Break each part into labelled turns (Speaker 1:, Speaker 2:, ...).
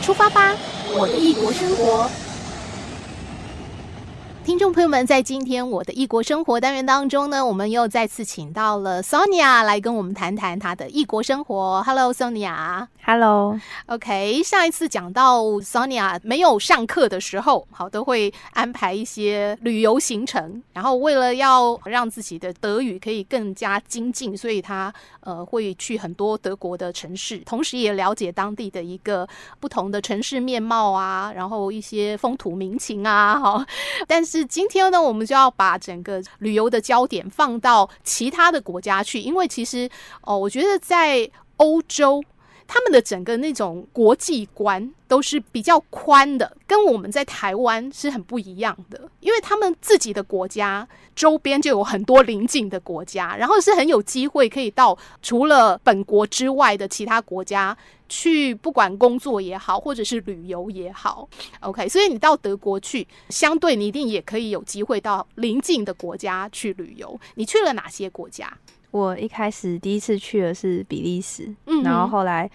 Speaker 1: 出发吧，我的异国生活。听众朋友们，在今天我的异国生活单元当中呢，我们又再次请到了 Sonia 来跟我们谈谈她的异国生活。Hello，Sonia。
Speaker 2: Hello，
Speaker 1: OK，上一次讲到呃 Sonia 没有上课的时候，好都会安排一些旅游行程，然后为了要让自己的德语可以更加精进，所以她呃会去很多德国的城市，同时也了解当地的一个不同的城市面貌啊，然后一些风土民情啊， 好。但是今天呢，我们就要把整个旅游的焦点放到其他的国家去，因为其实哦，我觉得在欧洲。他们的整个那种国际观都是比较宽的，跟我们在台湾是很不一样的。因为他们自己的国家周边就有很多邻近的国家，然后是很有机会可以到除了本国之外的其他国家去，不管工作也好，或者是旅游也好。OK，所以你到德国去，相对你一定也可以有机会到邻近的国家去旅游。你去了哪些国家？
Speaker 2: 我一开始第一次去的是比利时，
Speaker 1: 嗯
Speaker 2: 然后
Speaker 1: 哼
Speaker 2: 后来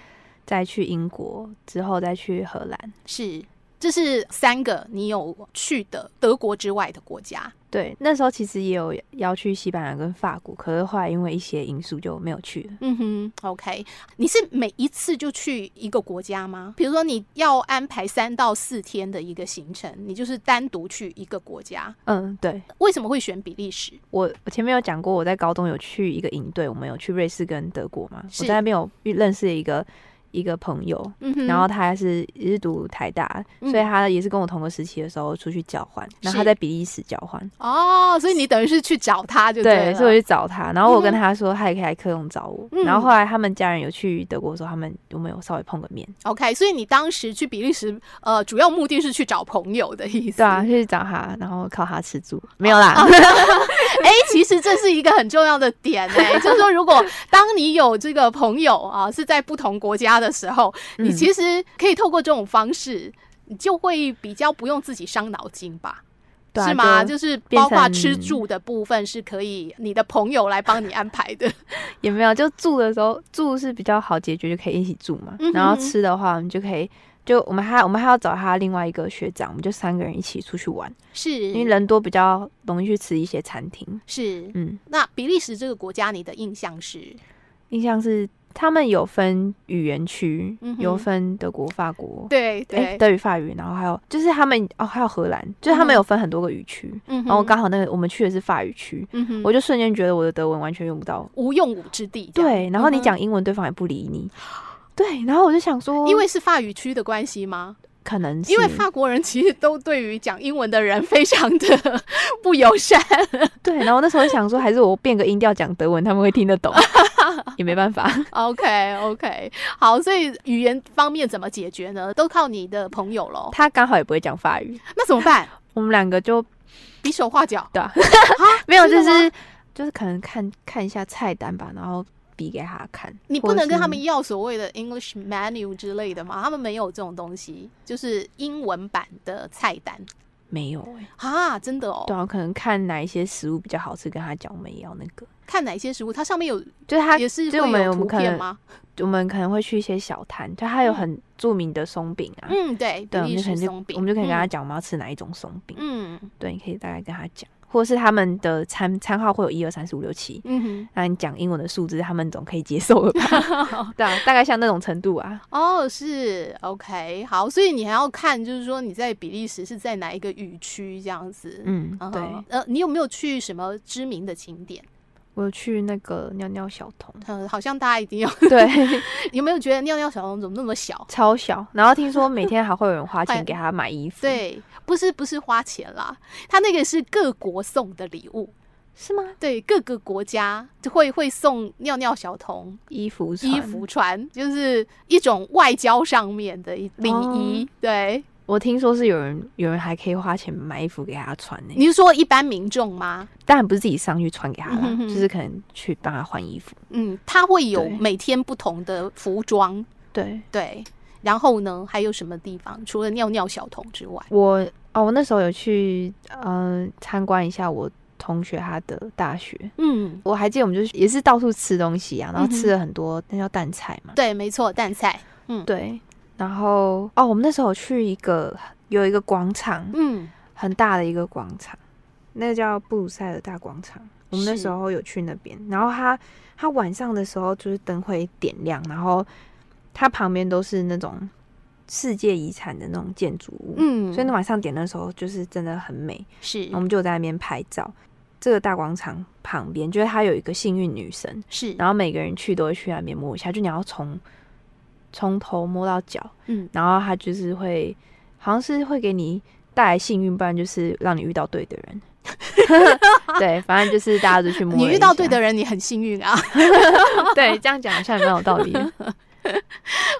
Speaker 2: 再去英国，之后再去荷兰。
Speaker 1: 是，这是三个你有去的德国之外的国家。
Speaker 2: 对，那时候其实也有要去西班牙跟法国，可是后来因为一些因素就没有去了。
Speaker 1: 嗯哼，OK，你是每一次就去一个国家吗？比如说你要安排三到四天的一个行程，你就是单独去一个国家，
Speaker 2: 嗯，对
Speaker 1: 为什么会选比利时？
Speaker 2: 我我前面有讲过，我在高中有去一个营队，我们有去瑞士跟德国嘛。
Speaker 1: 是
Speaker 2: 我在那边有遇认识一个一个朋友，
Speaker 1: 嗯哼，
Speaker 2: 然后他是也是读台大，
Speaker 1: 嗯
Speaker 2: 所以他也是跟我同个时期的时候出去交换，然后
Speaker 1: 是
Speaker 2: 他在比利时交换。
Speaker 1: 哦，所以你等于是去找他就对了，
Speaker 2: 所以我去找他，然后我跟
Speaker 1: 嗯哼
Speaker 2: 他说他也可以来科隆找我，
Speaker 1: 嗯
Speaker 2: 然后后来他们家人有去德国的时候，他们我们有稍微碰个面，
Speaker 1: OK，所以你当时去比利时，呃，主要目的是去找朋友的意思，
Speaker 2: 对啊，就去找他，然后靠他吃住，没有啦，
Speaker 1: 哦 哎、其实这是一个很重要的点哎、就是说，如果当你有这个朋友啊，是在不同国家的时候，你
Speaker 2: 嗯
Speaker 1: 其实可以透过这种方式，你就会比较不用自己伤脑筋吧。
Speaker 2: 对啊
Speaker 1: 是吗？
Speaker 2: 就
Speaker 1: 就是
Speaker 2: 变
Speaker 1: 包括
Speaker 2: 成
Speaker 1: 吃住的部分是可以你的朋友来帮你安排 的。
Speaker 2: 也没有，就住的时候住是比较好解决，就可以一起住嘛，
Speaker 1: 嗯哼
Speaker 2: 然后
Speaker 1: 哼
Speaker 2: 吃的话我们就可以。就我们还我们还要找他另外一个学长，我们就三个人一起出去玩，因为
Speaker 1: 是
Speaker 2: 人多比较容易去吃一些餐厅。
Speaker 1: 是，
Speaker 2: 嗯，
Speaker 1: 那比利时这个国家，你的印象是？
Speaker 2: 印象是他们有分语言区，
Speaker 1: 嗯哼
Speaker 2: 有分德国、法国，
Speaker 1: 对
Speaker 2: 哎，
Speaker 1: 对，
Speaker 2: 德语、法语，然后还有就是他们哦，还有荷兰，就是
Speaker 1: 嗯
Speaker 2: 他
Speaker 1: 哼
Speaker 2: 们有分很多个语区，
Speaker 1: 嗯
Speaker 2: 然后
Speaker 1: 哼，
Speaker 2: 刚好那哦个我们去的是法语区，
Speaker 1: 嗯哼，
Speaker 2: 我就瞬间觉得我的德文完全用不到。
Speaker 1: 无用武之地这样。
Speaker 2: 对，然后你
Speaker 1: 嗯哼，
Speaker 2: 讲英文，对方也不理你。对，然后我就想说，
Speaker 1: 因为是法语区的关系吗？
Speaker 2: 可能是
Speaker 1: 因为法国人其实都对于讲英文的人非常的 不友善，
Speaker 2: 对，然后那时候就想说，还是我变个音调讲德文，他们会听 得懂，也没办法。
Speaker 1: OK OK，好，所以语言方面怎么解决呢？都靠你的朋友喽。
Speaker 2: 他刚好也不会讲法语，
Speaker 1: 那怎么办？
Speaker 2: 我们两个就
Speaker 1: 比手画脚
Speaker 2: 对啊
Speaker 1: 啊
Speaker 2: 没有，就
Speaker 1: 真的吗
Speaker 2: 是就是可能看看一下菜单吧，然后比给他看。
Speaker 1: 你不能跟他
Speaker 2: 或者
Speaker 1: 们
Speaker 2: 是
Speaker 1: 要所谓的 English menu 之类的吗？他们没有这种东西，就是英文版的菜单
Speaker 2: 没有欸
Speaker 1: 啊，真的哦。
Speaker 2: 对啊，可能看哪一些食物比较好吃，跟他讲我们也要那个。
Speaker 1: 看哪些食物，它上面有
Speaker 2: 就是他
Speaker 1: 也是
Speaker 2: 就我
Speaker 1: 会
Speaker 2: 们
Speaker 1: 有
Speaker 2: 我
Speaker 1: 图
Speaker 2: 们可
Speaker 1: 片
Speaker 2: 能
Speaker 1: 吗？
Speaker 2: 我们可能会去一些小摊，就它有
Speaker 1: 嗯
Speaker 2: 很著名的松饼啊，
Speaker 1: 嗯，对，比
Speaker 2: 对，我
Speaker 1: 利
Speaker 2: 们就
Speaker 1: 时
Speaker 2: 可能就
Speaker 1: 松饼，
Speaker 2: 我们就可以跟他
Speaker 1: 嗯
Speaker 2: 讲我们要吃哪一种松饼，
Speaker 1: 嗯
Speaker 2: 对，你可以大概跟他讲，或者是他们的餐餐号会有一二三四五六七，
Speaker 1: 嗯哼。
Speaker 2: 那你讲英文的数字，他们总可以接受了吧？ 对啊，大概像那种程度啊，
Speaker 1: 哦，是 OK，好，所以你还要看，就是说你在比利时是在哪一个语区这样子。
Speaker 2: 嗯，
Speaker 1: 嗯
Speaker 2: 对，
Speaker 1: 哼呃，你有没有去什么知名的景点？
Speaker 2: 我有去那个尿尿小 童，
Speaker 1: 嗯，好像大家一 定有。
Speaker 2: 对，
Speaker 1: 有没有觉得尿尿小童怎么那么小？
Speaker 2: 超小，然后听说每天还会有人花
Speaker 1: 哎
Speaker 2: 钱给他买衣服，，
Speaker 1: 对，不是不是花钱啦，他那个是各国送的礼物，
Speaker 2: 是吗？
Speaker 1: 对，各个国家就会会送尿尿小童
Speaker 2: 衣服
Speaker 1: 衣
Speaker 2: 穿
Speaker 1: 服穿，就是一种外交上面的
Speaker 2: 哦
Speaker 1: 一礼仪。对，
Speaker 2: 我听说是有人有人还可以花钱买衣服给他穿呢、
Speaker 1: 你是说一般民众吗？
Speaker 2: 当然不是自己上去穿给他啦，
Speaker 1: 嗯哼哼
Speaker 2: 就是可能去帮他换衣服。
Speaker 1: 嗯，它会有
Speaker 2: 对
Speaker 1: 每天不同的服装，
Speaker 2: 对
Speaker 1: 对。然后呢，还有什么地方？除了尿尿小童之外，
Speaker 2: 我哦，我那时候有去嗯参观一下我同学他的大学，
Speaker 1: 嗯，
Speaker 2: 我还记得我们就是也是到处吃东西啊，然后
Speaker 1: 嗯哼
Speaker 2: 吃了很多那叫蛋菜嘛，
Speaker 1: 对，没错，蛋菜，嗯，
Speaker 2: 对，然后哦，我们那时候去一个有一个广场，
Speaker 1: 嗯，
Speaker 2: 很大的一个广场，那个叫布鲁塞尔大广场。我们那时候有去那边，然后它它晚上的时候就是灯会点亮，然后它旁边都是那种世界遗产的那种建筑物，
Speaker 1: 嗯，
Speaker 2: 所以那晚上点的时候就是真的很美。
Speaker 1: 是
Speaker 2: 我们就在那边拍照。这个大广场旁边，就是它有一个幸运女神，
Speaker 1: 是，
Speaker 2: 然后每个人去都会去那边摸一下，就你要从从头摸到脚，
Speaker 1: 嗯，
Speaker 2: 然后他就是会，好像是会给你带来幸运，不然就是让你遇到对的人。 对，反正就是大家都去摸了一
Speaker 1: 你
Speaker 2: 下。
Speaker 1: 遇到对的人，你很幸运啊。
Speaker 2: 对，这样讲好像也蛮有道理的。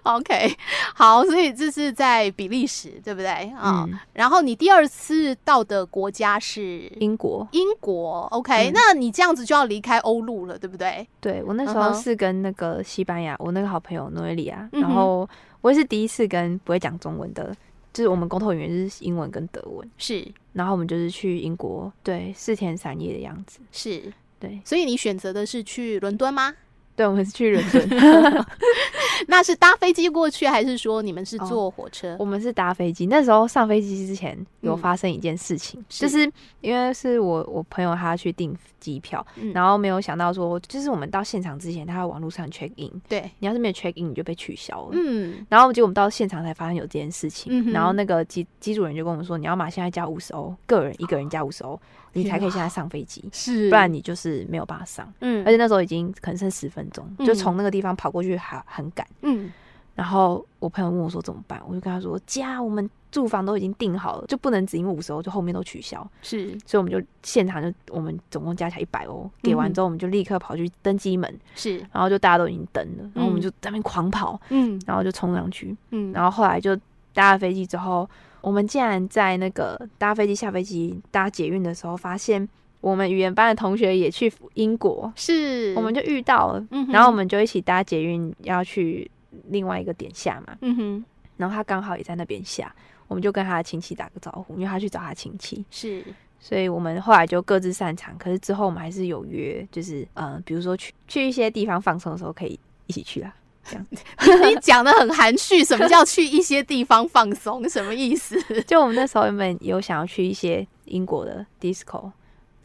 Speaker 1: OK，好，所以这是在比利时，对不对啊、
Speaker 2: 嗯，
Speaker 1: 然后你第二次到的国家是
Speaker 2: 英国，
Speaker 1: 英国，OK？、
Speaker 2: 嗯
Speaker 1: 那你这样子就要离开欧陆了，对不对？
Speaker 2: 对我那时
Speaker 1: 嗯
Speaker 2: 候
Speaker 1: 哼
Speaker 2: 是跟那个西班牙，我那个好朋友诺维里亚，
Speaker 1: 嗯
Speaker 2: 然
Speaker 1: 哼
Speaker 2: 后我也是第一次跟不会讲中文的，就是我们共同语言是英文跟德文，
Speaker 1: 是
Speaker 2: 然后我们就是去英国，对，四天三夜的样子。
Speaker 1: 是，
Speaker 2: 对，
Speaker 1: 所以你选择的是去伦敦吗？
Speaker 2: 对，我们是去伦敦。
Speaker 1: 那是搭飞机过去，还是说你们是
Speaker 2: 哦
Speaker 1: 坐火车？
Speaker 2: 我们是搭飞机，那时候上飞机之前有
Speaker 1: 嗯
Speaker 2: 发生一件事情，
Speaker 1: 是
Speaker 2: 就是因为是我我朋友他去订机票，
Speaker 1: 嗯
Speaker 2: 然后没有想到说，就是我们到现场之前，他在网络上 check in，
Speaker 1: 对，
Speaker 2: 你要是没有 check in，你就被取消了。
Speaker 1: 嗯，
Speaker 2: 然后结果我们到现场才发现有这件事情，
Speaker 1: 嗯哼
Speaker 2: 然后那个机机主人就跟我们说，你要嘛现在加五十欧，个人一个人加五十欧，你才可以现在上飞机，
Speaker 1: 是
Speaker 2: 不然你就是没有办法上。
Speaker 1: 嗯，
Speaker 2: 而且那时候已经可能剩十分钟，
Speaker 1: 嗯
Speaker 2: 就从那个地方跑过去还很赶。
Speaker 1: 嗯，
Speaker 2: 然后我朋友问我说怎么办，我就跟他说家我们住房都已经订好了，就不能只因为五十欧就后面都取消，
Speaker 1: 是
Speaker 2: 所以我们就现场就我们总共加起来一百欧，给完之后我们就立刻跑去登机门，
Speaker 1: 是，
Speaker 2: 然后就大家都已经登了，然后我们就在那边狂跑，
Speaker 1: 嗯
Speaker 2: 然后就冲上去，
Speaker 1: 嗯，
Speaker 2: 然
Speaker 1: 后
Speaker 2: 后后来就搭了飞机之后，我们竟然在那个搭飞机下飞机搭捷运的时候发现。我们语言班的同学也去英国，
Speaker 1: 是，
Speaker 2: 我们就遇到了，
Speaker 1: 嗯哼，
Speaker 2: 然后我们就一起搭捷运要去另外一个点下嘛，
Speaker 1: 嗯哼
Speaker 2: 然后他刚好也在那边下，我们就跟他的亲戚打个招呼，因为他去找他亲戚，
Speaker 1: 是
Speaker 2: 所以我们后来就各自散场。可是之后我们还是有约，就是呃，比如说去去一些地方放松的时候可以一起去啦。啊
Speaker 1: 你讲的很含蓄，什么叫去一些地方放松？什么意 思？
Speaker 2: 就我们那时候原本有想要去一些英国的 disco，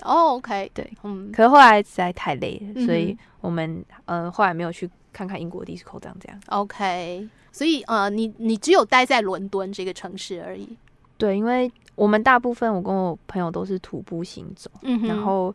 Speaker 1: 哦、o k
Speaker 2: 对，
Speaker 1: 嗯，
Speaker 2: 可是后来实在太累了，
Speaker 1: 哼
Speaker 2: 所以我们呃后来没有去看看英国 disco 这样这样。
Speaker 1: OK，所以呃，你你只有待在伦敦这个城市而已。
Speaker 2: 对，因为我们大部分我跟我朋友都是徒步行走。
Speaker 1: 嗯哼
Speaker 2: 然后，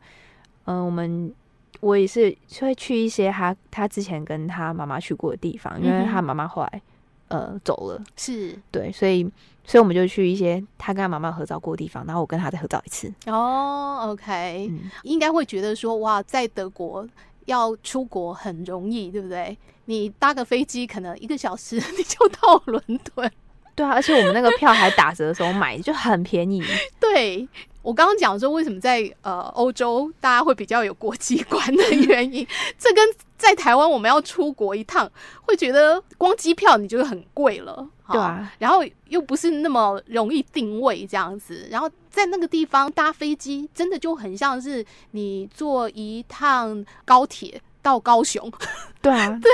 Speaker 2: 嗯、我们我也是会去一些他他之前跟他妈妈去过的地方，因为
Speaker 1: 嗯哼
Speaker 2: 他妈妈后来呃走了，
Speaker 1: 是
Speaker 2: 对，所以所以我们就去一些他跟他妈妈合照过的地方，然后我跟他再合照一次。
Speaker 1: 哦，OK，、
Speaker 2: 嗯，
Speaker 1: 应该会觉得说哇，在德国要出国很容易，对不对？你搭个飞机可能一个小时 你就到伦敦。
Speaker 2: 对啊，而且我们那个票还打折的时候买，就很便宜。
Speaker 1: 对我刚刚讲说为什么在呃欧洲大家会比较有国际观的
Speaker 2: 嗯
Speaker 1: 原因，这跟在台湾我们要出国一趟会觉得光机票你就很贵了，哈
Speaker 2: 对啊，
Speaker 1: 然后又不是那么容易定位这样子，然后在那个地方搭飞机，真的就很像是你坐一趟高铁 到高雄，
Speaker 2: 对 啊，对，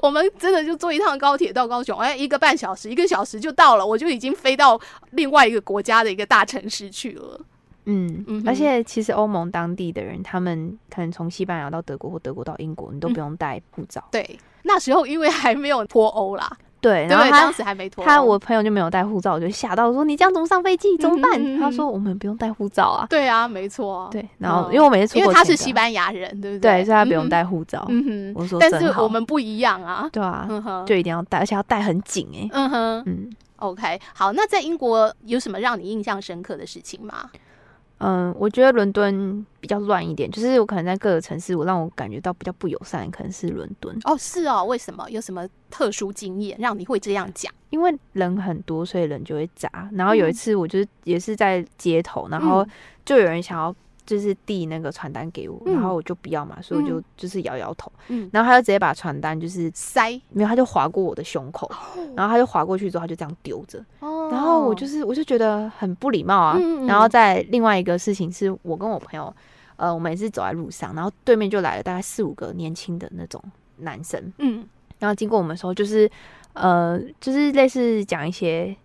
Speaker 1: 我们真的就坐一趟高铁到高雄，哎，一个半小时，一个小时就到了，我就已经飞到另外一个国家的一个大城市去了。
Speaker 2: 嗯
Speaker 1: 嗯，哼
Speaker 2: 而且其实欧盟当地的人，他们可能从西班牙到德国或德国到英国，你都不用带护照。
Speaker 1: 对，那时候因为还没有脱欧啦，
Speaker 2: 对，
Speaker 1: 对
Speaker 2: 然
Speaker 1: 不
Speaker 2: 后
Speaker 1: 对？
Speaker 2: 他
Speaker 1: 当时还没脱欧，
Speaker 2: 他我朋友就没有带护照，我就吓到，我说你这样怎么上飞机？怎么办？
Speaker 1: 嗯嗯嗯
Speaker 2: 他说我们不用带护照啊。
Speaker 1: 对啊，没错，
Speaker 2: 对，然后
Speaker 1: 嗯
Speaker 2: 因为我每次出
Speaker 1: 因
Speaker 2: 国
Speaker 1: 为
Speaker 2: 前
Speaker 1: 他
Speaker 2: 都要
Speaker 1: 是西班牙人，对不
Speaker 2: 对，所以他不用。
Speaker 1: 嗯
Speaker 2: 带护照。
Speaker 1: 哼嗯哼，
Speaker 2: 我说
Speaker 1: 但
Speaker 2: 真
Speaker 1: 是
Speaker 2: 好
Speaker 1: 我们不一样啊。
Speaker 2: 对啊，
Speaker 1: 嗯哼，
Speaker 2: 就一定要带，而且要带很紧哎、
Speaker 1: 嗯哼
Speaker 2: 嗯
Speaker 1: ，OK，好，那在英国有什么让你印象深刻的事情吗？
Speaker 2: 嗯，我觉得伦敦比较乱一点，就是我可能在各个城市，我让我感觉到比较不友善，可能是伦敦，
Speaker 1: 哦，是哦，为什么？有什么特殊经验让你会这样讲？
Speaker 2: 因为人很多，所以人就会杂。然后有一次，我就是也是在街头，然后
Speaker 1: 嗯
Speaker 2: 就有人想要。就是递那个传单给我，
Speaker 1: 嗯
Speaker 2: 然后我就不要嘛，所以我就
Speaker 1: 嗯
Speaker 2: 就是摇摇头，
Speaker 1: 嗯
Speaker 2: 然后他就直接把传单就是
Speaker 1: 塞
Speaker 2: 没有，他就划过我的胸口，然后他就划过去之后，他就这样丢着，
Speaker 1: 哦
Speaker 2: 然后我就是我就觉得很不礼貌啊。
Speaker 1: 嗯嗯
Speaker 2: 然后在另外一个事情是我跟我朋友，呃，我们也是走在路上，然后对面就来了大概四五个年轻的那种男生，
Speaker 1: 嗯
Speaker 2: 然后经过我们的时候，就是呃，就是类似讲一些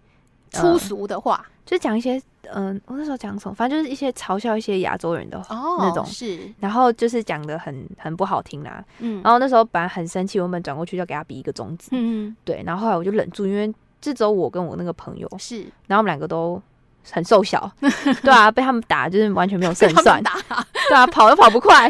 Speaker 2: 呃
Speaker 1: 粗俗的话
Speaker 2: 就讲一些，嗯、我那时候讲什么，反正就是一些嘲笑一些亚洲人的话，
Speaker 1: 哦，
Speaker 2: 那种
Speaker 1: 是，
Speaker 2: 然后就是讲的很很不好听啦。
Speaker 1: 嗯
Speaker 2: 然后那时候本来很生气，我原本转过去就给他比一个中指，
Speaker 1: 嗯，
Speaker 2: 对，然后后来我就忍住，因为这只有我跟我那个朋友，
Speaker 1: 嗯是
Speaker 2: 然后我们两个都很瘦 小，对啊，被他们打就是完全没有胜
Speaker 1: 被他
Speaker 2: 算
Speaker 1: 们，打，
Speaker 2: 对啊，跑都跑不 快，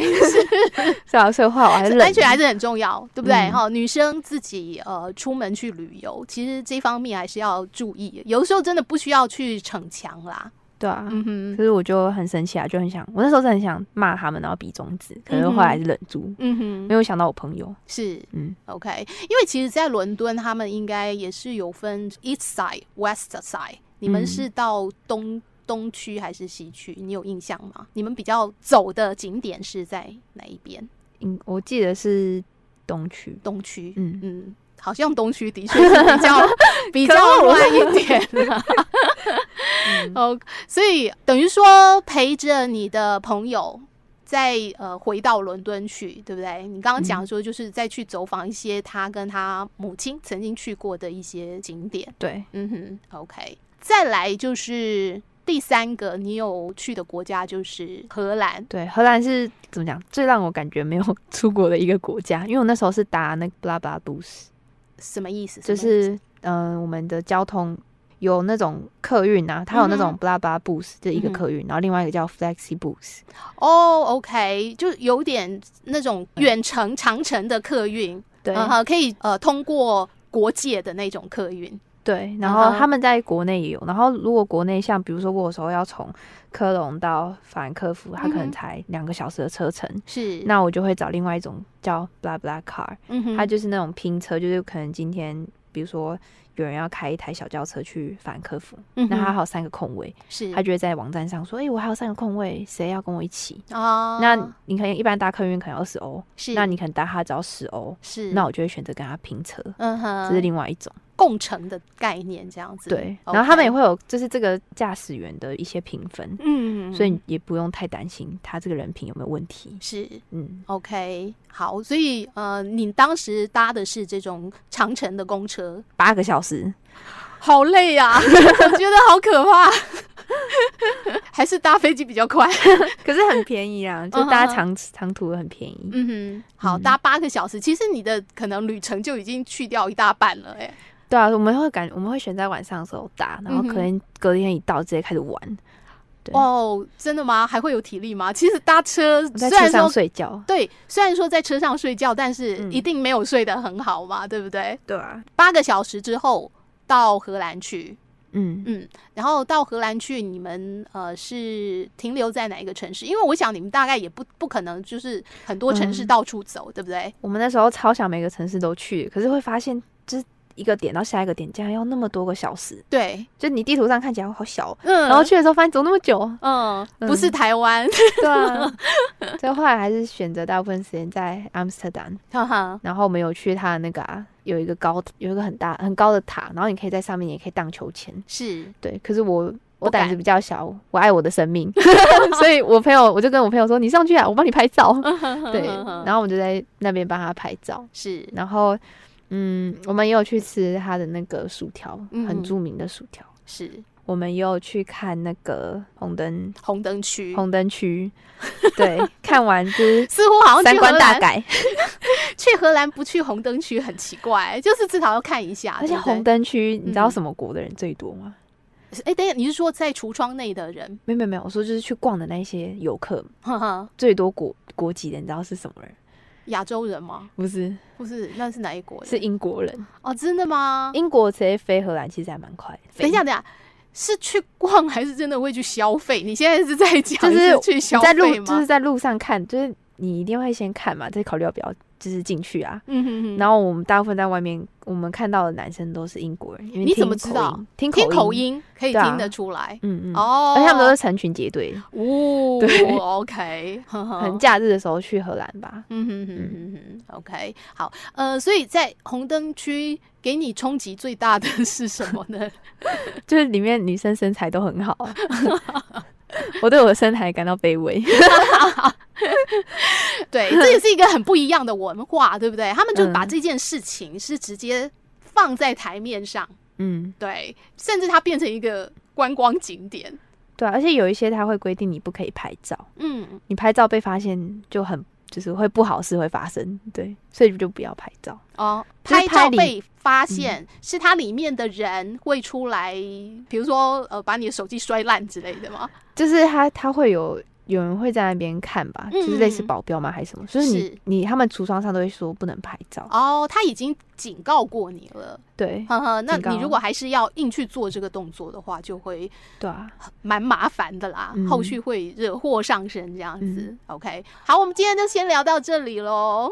Speaker 2: 是啊，所以后来我还是忍
Speaker 1: 安全还是很重要，对不对？
Speaker 2: 嗯
Speaker 1: 哈、女生自己呃出门去旅游，其实这方面还是要注意，有时候真的不需要去逞强啦。
Speaker 2: 对啊。
Speaker 1: 嗯哼，
Speaker 2: 可是我就很生气啊，就很想，我那时候是很想骂他们，然后比中指，可是后来还是忍住，
Speaker 1: 嗯哼，
Speaker 2: 没有想到我朋友，
Speaker 1: 是
Speaker 2: 嗯，
Speaker 1: OK，因为其实，在伦敦他们应该也是有分 East Side、West Side，你们
Speaker 2: 嗯
Speaker 1: 是到东、东区还是西区？你有印象吗？你们比较走的景点是在哪一边？
Speaker 2: 应嗯我记得是东区，
Speaker 1: 东区，
Speaker 2: 嗯，
Speaker 1: 嗯，好像东区的确是比较比较乱一点、啊。 哦，所以等于说陪着你的朋友再呃回到伦敦去，对不对？你刚刚讲说就是再去走访一些他跟他母亲曾经去过的一些景点。
Speaker 2: 对，
Speaker 1: 嗯哼，OK。再来就是第三个你有去的国家就是荷兰，
Speaker 2: 对，荷兰是怎么讲？最让我感觉没有 出国的一个国家，因为我那时候是搭那个 blah blah bus，
Speaker 1: 什么意思？
Speaker 2: 就
Speaker 1: 什么意思
Speaker 2: 是嗯、呃我们的交通有那种客运啊，它有那种 blah blah bus 就一个
Speaker 1: 嗯嗯哼
Speaker 2: 客运，然后另外一个叫 flexi bus，
Speaker 1: 哦、o k 就有点那种远程、长程的客运，
Speaker 2: 对、
Speaker 1: 嗯哼可以呃通过国界的那种客运，
Speaker 2: 对，
Speaker 1: 嗯
Speaker 2: 然后
Speaker 1: 哼
Speaker 2: 他们在国内也有，然后如果国内像比如说我有时候要从科隆到法兰克福，它可
Speaker 1: 嗯哼
Speaker 2: 能才两个小时的车程。
Speaker 1: 是，
Speaker 2: 那我就会找另外一种叫 blah blah car，
Speaker 1: 嗯哼
Speaker 2: 它就是那种拼车，就是可能今天比如说有人要开一台小轿车去法兰克福，
Speaker 1: 嗯
Speaker 2: 那
Speaker 1: 哼嗯
Speaker 2: 他还有三个空位，
Speaker 1: 是
Speaker 2: 他就会在网站上说，哎、我还有三个空位，谁要跟我一起？
Speaker 1: 啊，
Speaker 2: 那你可能一般搭客运可能二十欧，
Speaker 1: 是
Speaker 2: 那你可能搭他只要十欧，
Speaker 1: 是
Speaker 2: 那我就会选择跟他拼车，
Speaker 1: 嗯哼，
Speaker 2: 这是另外一种。
Speaker 1: 共乘的概念这样子，
Speaker 2: 对，
Speaker 1: OK
Speaker 2: 然后他们也会有就是这个驾驶员的一些评分，
Speaker 1: 嗯，
Speaker 2: 所以你也不用太担心他这个人品有没有问题。
Speaker 1: 是。
Speaker 2: 嗯，
Speaker 1: OK，好，所以呃，你当时搭的是这种长城的公车，
Speaker 2: 八个 小时，
Speaker 1: 好累呀、 我觉得好可怕， 还是搭飞机比较快。
Speaker 2: 可是很便宜啊，就搭长长途很便宜。
Speaker 1: 嗯哼，好，
Speaker 2: 嗯
Speaker 1: 搭八个小时，其实你的可能旅程就已经去掉一大半了、欸，哎，
Speaker 2: 对啊，我们会感我们会选在晚上的时候打，然后
Speaker 1: 嗯
Speaker 2: 可能隔天一到直接开始玩，对
Speaker 1: 哦，真的吗？还会有体力吗？其实搭车
Speaker 2: 我在
Speaker 1: 虽
Speaker 2: 车
Speaker 1: 然
Speaker 2: 上
Speaker 1: 说
Speaker 2: 睡觉。
Speaker 1: 对，虽然说在车上睡觉，但是
Speaker 2: 嗯
Speaker 1: 一定没有睡得很好嘛，对不对？
Speaker 2: 对啊，
Speaker 1: 八个小时之后到荷兰去，
Speaker 2: 嗯，
Speaker 1: 嗯，然后到荷兰去，你们呃是停留在哪一个城市？因为我想你们大概也不不可能就是很多城市
Speaker 2: 嗯
Speaker 1: 到处走，对不对？
Speaker 2: 我们那时候超想每个城市都去，可是会发现就是一个点到下一个点，竟然要那么多个小时，
Speaker 1: 对，
Speaker 2: 就你地图上看起来好小，
Speaker 1: 嗯，，
Speaker 2: 然后去的时候发现走那么久
Speaker 1: 嗯，不是
Speaker 2: 嗯
Speaker 1: 台湾，
Speaker 2: 对啊，所以后来还是选择大部分时间在阿姆斯特丹，
Speaker 1: 哈哈，
Speaker 2: 然后我们有去它的那个、啊、有一个高有一个很大很高的塔，然后你可以在上面也可以荡秋千，
Speaker 1: 是。
Speaker 2: 对，可是我
Speaker 1: 不
Speaker 2: 我胆
Speaker 1: 敢
Speaker 2: 子比较小，我爱我的 生命，所以我朋友我就跟我朋友说：“你上去啊，我帮你 拍照。”对，然后我们就在那边帮他拍照。
Speaker 1: 是
Speaker 2: 然后，嗯，我们也有去吃他的那个薯条，
Speaker 1: 嗯
Speaker 2: 很著名的薯条。
Speaker 1: 是
Speaker 2: 我们也有去看那个红灯
Speaker 1: 红灯区，
Speaker 2: 红灯区， 对，看完就是
Speaker 1: 似乎好像
Speaker 2: 三
Speaker 1: 去荷
Speaker 2: 观大
Speaker 1: 兰
Speaker 2: 改，
Speaker 1: 去荷兰不去红灯区很奇怪， 就是至少要看一下。
Speaker 2: 而且
Speaker 1: 对不对
Speaker 2: 红，灯区你知道
Speaker 1: 嗯
Speaker 2: 什么国的人最多吗？
Speaker 1: 哎，等一下你是说在橱窗内的人？
Speaker 2: 没有没有没有，我说就是去逛的那些游客
Speaker 1: 呵呵，
Speaker 2: 最多国国籍的，你知道是什么人？
Speaker 1: 亚洲人吗？
Speaker 2: 不是，
Speaker 1: 不是，那是哪一国人？
Speaker 2: 是英国人。
Speaker 1: 哦，真的吗？
Speaker 2: 英国直接飞荷兰其实还蛮快。
Speaker 1: 等一下，，等一下。是去逛还是真的会去消费？你现在是在讲
Speaker 2: 就是
Speaker 1: 去消
Speaker 2: 你在
Speaker 1: 费
Speaker 2: 路就
Speaker 1: 吗？
Speaker 2: 是在路上看，就是你一定会先看嘛，再考虑要不要就是进去啊。
Speaker 1: 嗯哼哼，
Speaker 2: 然后我们大部分在外面，我们看到的男生都是英国人，因为
Speaker 1: 你怎
Speaker 2: 听
Speaker 1: 么知
Speaker 2: 口
Speaker 1: 道
Speaker 2: 音？听
Speaker 1: 听口
Speaker 2: 口音，
Speaker 1: 音可以
Speaker 2: 对啊
Speaker 1: 听得出来
Speaker 2: 嗯嗯。
Speaker 1: 哦。
Speaker 2: 而且他们都是成群结队，
Speaker 1: 哦
Speaker 2: 对
Speaker 1: ，OK，呵呵
Speaker 2: 可能假日的时候去荷兰吧。
Speaker 1: 嗯哼哼哼哼，OK，好，呃，所以在红灯区给你冲击最大的是什么 呢？
Speaker 2: 就是里面女生身材都很好，啊 我对我的身材感到卑微。
Speaker 1: 对，这也是一个很不一样的文化，对不对？他们就把
Speaker 2: 嗯
Speaker 1: 这件事情是直接。放在台面上，
Speaker 2: 嗯，
Speaker 1: 对，甚至它变成一个观光景点。
Speaker 2: 对啊、而且有一些他会规定你不可以拍照，
Speaker 1: 嗯，
Speaker 2: 你拍照被发现就很就是会不好事会发生，对，所以就不要拍照。
Speaker 1: 哦，
Speaker 2: 就是
Speaker 1: 拍
Speaker 2: 拍嗯
Speaker 1: 照
Speaker 2: 里
Speaker 1: 被发现、是它里面的人会出来，比如说呃，把你的手机摔烂之类的吗？
Speaker 2: 就是他他会有有人会在那边看吧，就是类似
Speaker 1: 嗯
Speaker 2: 保镖吗还是什么？就是你
Speaker 1: 是
Speaker 2: 你他们橱窗上都会说不能拍照，
Speaker 1: 哦，他已经警告过你了，
Speaker 2: 对
Speaker 1: 呵呵。那
Speaker 2: 警告
Speaker 1: 你如果还是要硬去做这个动作的话，就会
Speaker 2: 对啊，
Speaker 1: 蛮麻烦的啦，
Speaker 2: 嗯
Speaker 1: 后续会惹祸上身这样子。
Speaker 2: 嗯
Speaker 1: OK，好，我们今天就先聊到这里喽。